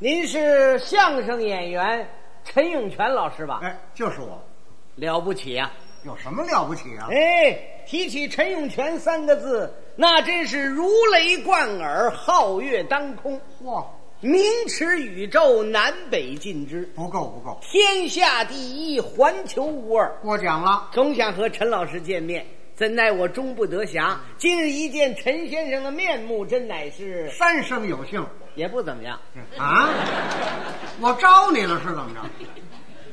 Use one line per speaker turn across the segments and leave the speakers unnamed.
您是相声演员陈永泉老师吧？
哎，就是我，
了不起啊呀、
有什么了不起啊？
哎，提起陈永泉三个字，那真是如雷贯耳，皓月当空，
嚯，
名驰宇宙，南北尽知，
不够不够，
天下第一，环球无二。
过奖了。
总想和陈老师见面，怎奈我终不得暇。今日一见陈先生的面目，真乃是
三生有幸
也不怎么样。
啊！我招你了是怎么着？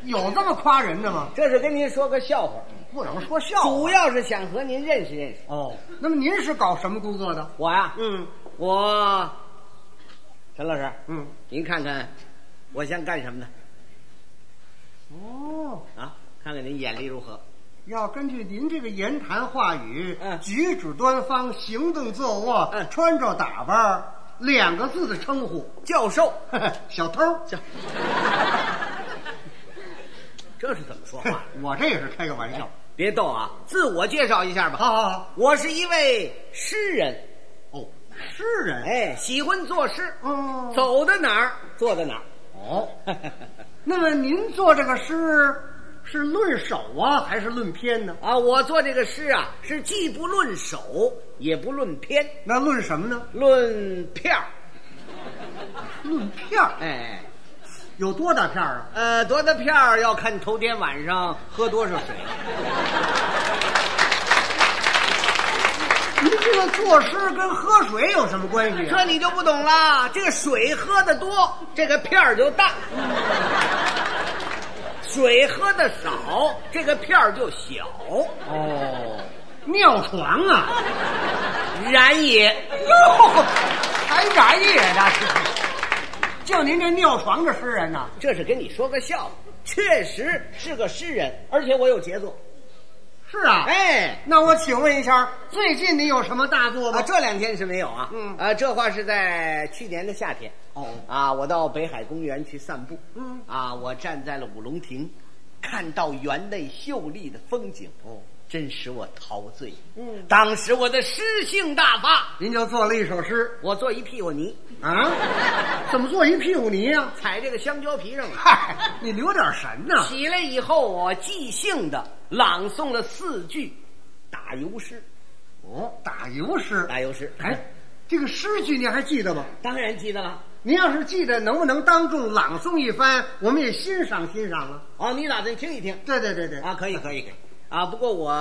有这么夸人的吗？
这是跟您说个笑话，
不能说笑话
主要是想和您认识认识。
哦。那么您是搞什么工作的？
我呀、
嗯
我陈老师，
嗯，
您看看我像干什么的
哦，
啊？看看您眼力如何？
要根据您这个言谈话语、
嗯
举止端方、行动坐卧、
嗯
穿着打扮，两个字的称呼，
教授，
小偷。
教， 这是怎么说 话？
我这也是开个玩笑。
别逗啊！自我介绍一下吧。
好好好，
我是一位诗人。
哦，诗人，，
哎，喜欢作诗，
哦
走到哪儿坐到哪儿。
哦，那么您做这个诗是论首啊，还是论篇呢？
啊，我做这个诗啊，是既不论手，也不论篇，
那论什么呢？
论片儿。
论片儿，
哎，
有多大片儿啊？
呃，多大片儿要看头天晚上喝多少水。
您这个作诗跟喝水有什么关系啊？
这你就不懂啦，这个水喝的多，这个片儿就大；水喝的少，这个片儿就小。
哦，尿床啊！
然也，
哟，还染野的，就您这尿床的诗人呐、
这是跟你说个笑话，确实是个诗人，而且我有杰作。
是啊，，
哎，
那我请问一下，最近你有什么大作吗？
啊，这两天是没有啊。
哦嗯
啊，这话是在去年的夏天。
哦
啊，我到北海公园去散步。
嗯
啊，我站在了五龙亭，看到园内秀丽的风景。哦，真使我陶醉。
嗯
当时我的诗性大发，
您就做了一首诗
我做一屁股泥，
啊？ 怎么做一屁股泥啊呀、
踩这个香蕉皮上了。
嗨，你留点神呐、
起来以后，我即兴的朗诵了四句打油诗。
哦，打油诗，
打油诗，
哎，这个诗句您还记得吗？
当然记得了。
您要是记得，能不能当众朗诵一番，我们也欣赏欣赏啊？
哦，你打算听一听？
对对对对，
啊，可以可以可以。啊，不过我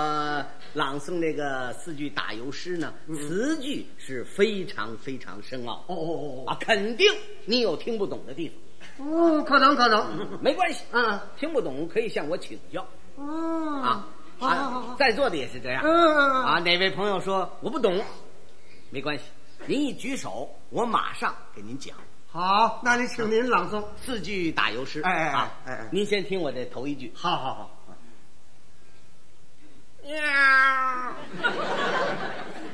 朗诵这个四句打油诗呢，词句是非常非常深奥
嗯哦哦哦
啊，肯定你有听不懂的地方，
哦，哦，可能可能，
没关系，
嗯，
听不懂可以向我请教
哦
啊。
好好好
啊，
好，
在座的也是这样
嗯
啊。哪位朋友说我不懂，没关系，您一举手，我马上给您讲
好，那你请您朗诵。
四句打油诗。
哎哎哎
啊
哎哎
您先听我这头一句。
好好好，
喵，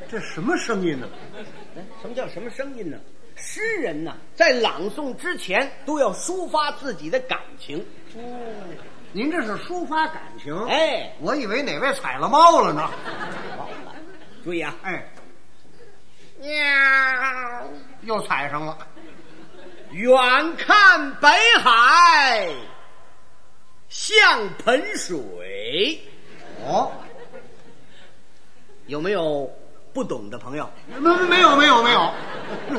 这什么声音呢？
哎什么叫什么声音呢？诗人呢，在朗诵之前都要抒发自己的感情。
您这是抒发感情？，
哎，
我以为哪位踩了猫了呢。
注意啊！
哎，
喵，
又踩上了。
远看北海像盆水，
哦，
有没有不懂的朋友？
没没没有没有没有，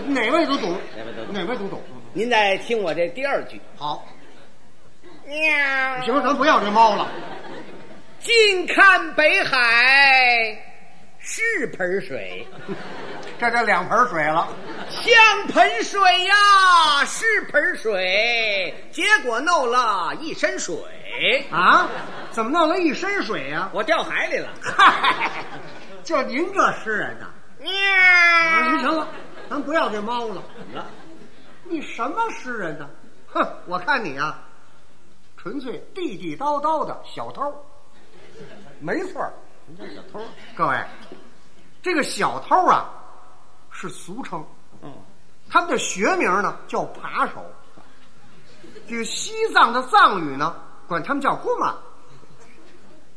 哪位都懂，
哪位都懂
哪位都懂。
您再听我这第二句。
好，
喵，
行，咱不要这猫了。
近看北海是盆水，
这这两盆水了，
像盆水呀，是盆水，结果弄了一身水，
啊？怎么弄了一身水呀、
我掉海里了。
嗨，就您这诗人呐、
喵，
啊，行行了，咱不要这猫了。
怎么了？
你什么诗人呢？哼，我看你啊，纯粹地地道道的小偷。没错儿，
你叫小偷？
各位，这个小偷啊是俗称，
嗯，
他们的学名呢叫扒手。这个西藏的藏语呢，管他们叫姑妈，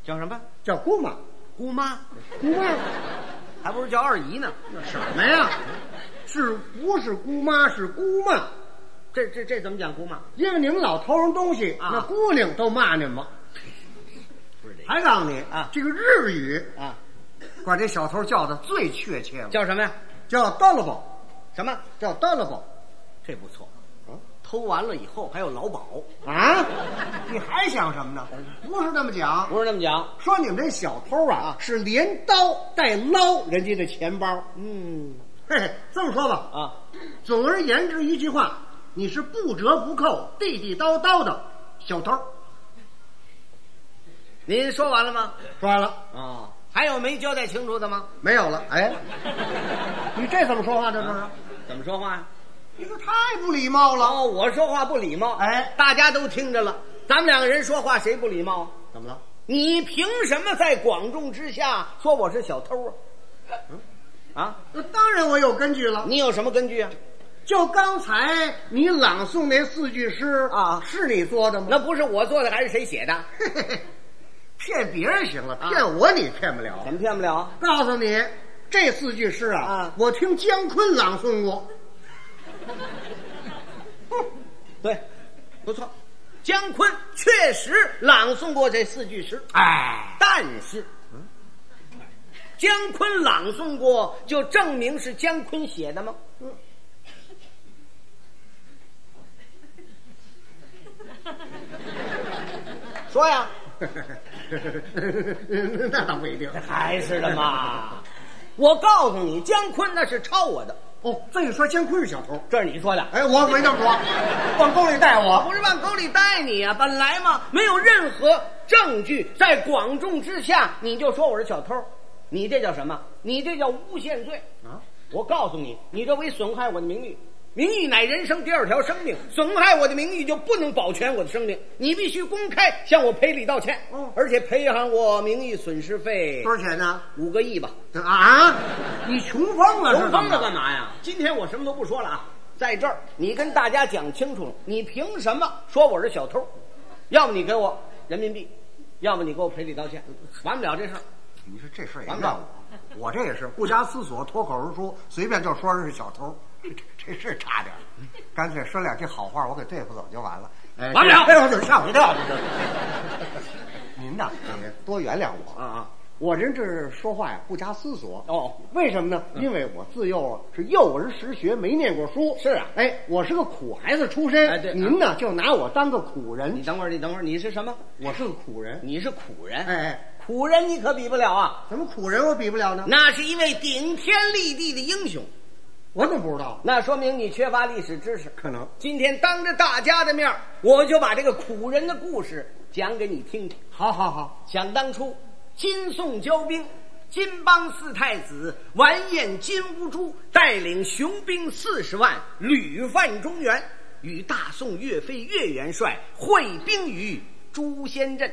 叫什么？
叫姑妈，
姑妈，
姑妈
还不如叫二姨呢。
啊什么呀？是不是姑妈？是姑妈，
这这这怎么讲姑妈？
因为你们老偷人东西，
啊
那姑娘都骂你们。
不是这
还告诉你
啊
这个日语
个啊，
管这小偷叫的最确切了，
叫什么呀？
叫 d o l l a b o
什么？
叫 d o l l a b o
这不错
啊。
偷完了以后还有劳保，
啊， 你还想什么呢？不是这么讲，
不是这么讲。
说你们这小偷啊
啊
是连刀带捞人家的钱包。
嗯
嘿嘿，这么说吧，
啊，
总而言之一句话，你是不折不扣、地地道道的小偷。
您说完了吗？
说完了，
啊，还有没交代清楚的吗？
没有了。 哎，你这怎么说话？这是？
怎么说话呀？
你这太不礼貌了。
哦，我说话不礼貌，
哎
大家都听着了，咱们两个人说话谁不礼貌啊？
怎么了？
你凭什么在广众之下说我是小偷啊？啊，
那当然我有根据了。
你有什么根据啊？
就刚才你朗诵那四句诗
啊
是你做的吗？
那不是我做的，还是谁写的？
嘿嘿嘿骗别人行了，
啊
骗我你骗不了。
怎么骗不了？
告诉你，这四句诗啊，
啊
我听姜昆朗诵过。
对，不错，姜昆确实朗诵过这四句诗，
哎，
但是，嗯姜昆朗诵过，就证明是姜昆写的吗？说呀，
那倒不一定。
还是的嘛。我告诉你，姜昆那是抄我的，
哦，这一说姜昆是小偷，
这是你说的。
哎，我没这么说，往沟里带我。
不是往沟里带你呀、本来嘛，没有任何证据，在广众之下，你就说我是小偷，你这叫什么？你这叫诬陷罪。
啊，
我告诉你，你这为损害我的名誉，名誉乃人生第二条生命，损害我的名誉就不能保全我的生命，你必须公开向我赔礼道歉，
哦
而且赔偿我名誉损失费
多少钱呢？
五个亿吧。
啊，你穷疯了？
龙峰
是
了
怎
干
么
嘛呀？今天我什么都不说了啊，在这儿你跟大家讲清楚了，你凭什么说我是小偷？要么你给我人民币，要么你给我赔礼道歉，完不了这事儿。
你说这事儿也
完
让
了
我，我这也是不加思索，脱口而出，随便就说人是小偷，这这这事差点儿，干脆说两句好话，我给对付走就完了。哎，
完不了
这哎呦，就吓我一跳！ 这是您呐，您多原谅我
啊
啊！
啊！
我人这是说话呀，不加思索。
哦
为什么呢？因为我自幼啊是幼儿识学，没念过书。
是啊
哎，我是个苦孩子出身。
哎对
您呢就拿我当个苦
你
人，
等会儿，你等会儿，你是什么？
我是个苦人。
你是苦人，
哎，哎，
苦人你可比不了啊，
怎么苦人我比不了呢？
那是一位顶天立地的英雄，
我怎么不知道？
那说明你缺乏历史知识。
可能。
今天当着大家的面儿，我就把这个苦人的故事讲给你听听。
好好好，
想当初，金宋交兵，金邦四太子完颜金兀术带领雄兵四十万，屡犯中原，与大宋岳飞岳元帅会兵于朱仙镇。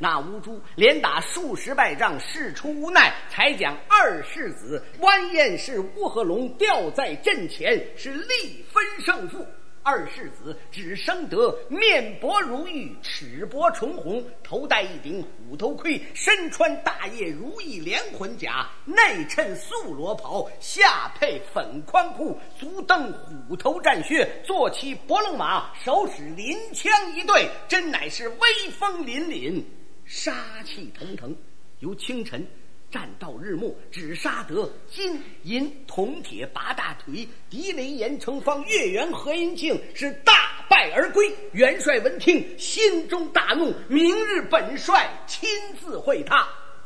那乌珠连打数十败仗，事出无奈，才将二世子完颜氏乌合龙吊在阵前，是力分胜负。二世子只生得面薄如玉，齿薄唇红，头戴一顶虎头盔，身穿大叶如意连环甲，内衬素罗袍，下配粉宽裤，足蹬虎头战靴，坐骑伯龙马，手使林枪一对，真乃是威风凛凛，杀气腾腾。由清晨战到日暮，只杀得金银铜铁八大锤，狄雷严成方、岳元何银庆是大败而归。元帅闻听，心中大怒，明日本帅亲自会他。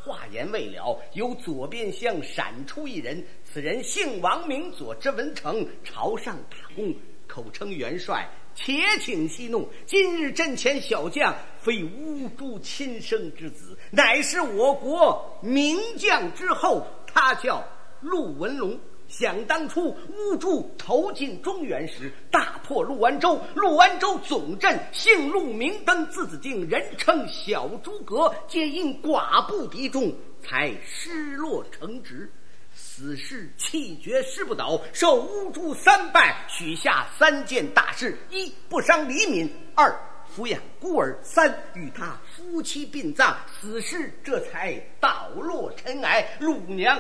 话言未了，由左边厢闪出一人，此人姓王，名左，之文成，朝上打工，口称元帅。且请息怒，今日阵前小将非乌珠亲生之子，乃是我国名将之后，他叫陆文龙。想当初，乌珠投进中原时，大破陆安州，陆安州总镇姓陆，名登，字子敬，人称小诸葛，皆因寡不敌众，才失落成职。死士气绝师不倒，受乌珠三拜，许下三件大事：一不伤黎民，二抚养孤儿，三与他夫妻殡葬。死士这才倒落尘埃，乳娘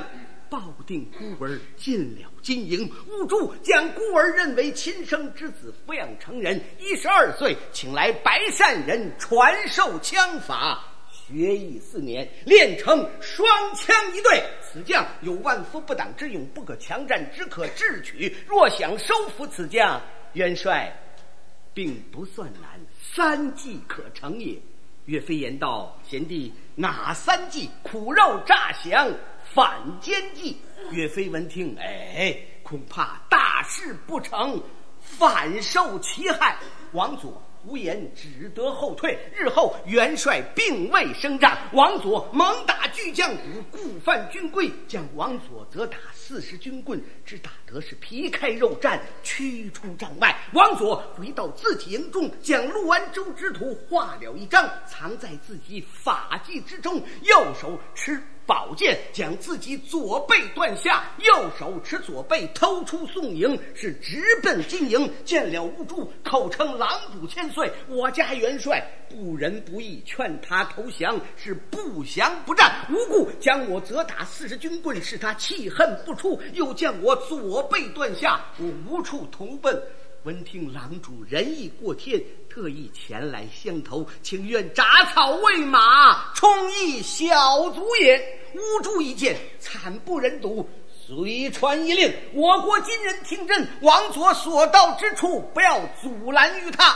抱定孤儿进了金营，兀助将孤儿认为亲生之子，抚养成人。一十二岁，请来白善人传授枪法，学艺四年，练成双枪一对。此将有万夫不挡之勇，不可强战，只可智取。若想收服此将，元帅并不算难，三计可成也。岳飞言道：“贤弟，哪三计？苦肉诈降，反间计。”岳飞闻听，哎，恐怕大事不成，反受其害。王佐、胡延只得后退。日后元帅并未升帐，王佐猛打巨将鼓，故犯军规，将王佐责打四十军棍，只打得是皮开肉绽，驱出帐外。王佐回到自己营中，将陆安州之图画了一张，藏在自己法纪之中，右手持。宝剑将自己左背断下，右手持左背偷出宋营，是直奔金营。见了兀术，口称狼主千岁，我家元帅不仁不义，劝他投降，是不降不战，无故将我责打四十军棍，使他气恨不出。又见我左背断下，我无处投奔。闻听郎主仁义过天，特意前来相投，情愿铡草喂马，充一小卒也。乌珠一见，惨不忍睹，随传一令：我国金人听朕，王佐所到之处，不要阻拦于他。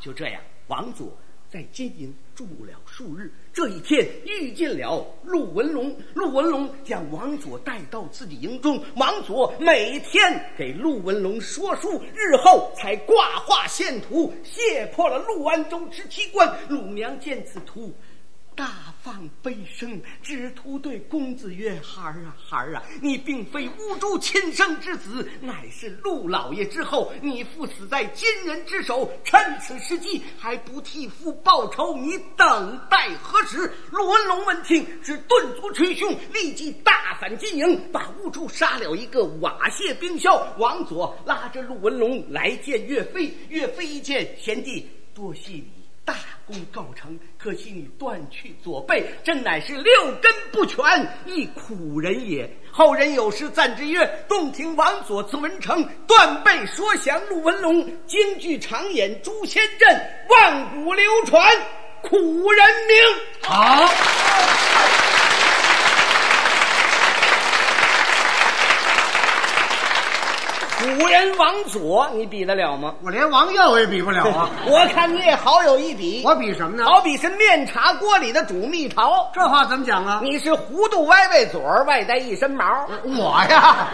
就这样，王佐在金营住了数日。这一天遇见了陆文龙，陆文龙将王佐带到自己营中，王佐每天给陆文龙说书，日后才挂画献图，卸破了陆安州之七关。鲁娘见此图。大放悲声，只图对公子曰：“孩儿啊，孩儿啊，你并非乌珠亲生之子，乃是陆老爷之后，你父死在金人之手，趁此时机还不替父报仇，你等待何时？”陆文龙闻听，是顿足捶胸，立即大反金营，把乌珠杀了一个瓦械冰消。王佐拉着陆文龙来见岳飞，岳飞一见贤弟，多谢你。大功告成，可惜你断去左背，朕乃是六根不全，一苦人也。后人有诗赞之曰：“洞庭王佐字文成，断背说降陆文龙，京剧长演诛仙阵，万古流传苦人名。”
好，
古人王佐，你比得了吗？
我连王耀也比不了 啊！
我看你也好有一比，
我比什么呢？
好比是面茶锅里的煮蜜桃。
这话怎么讲啊？
你是糊涂歪歪嘴儿，外带一身毛。
我呀，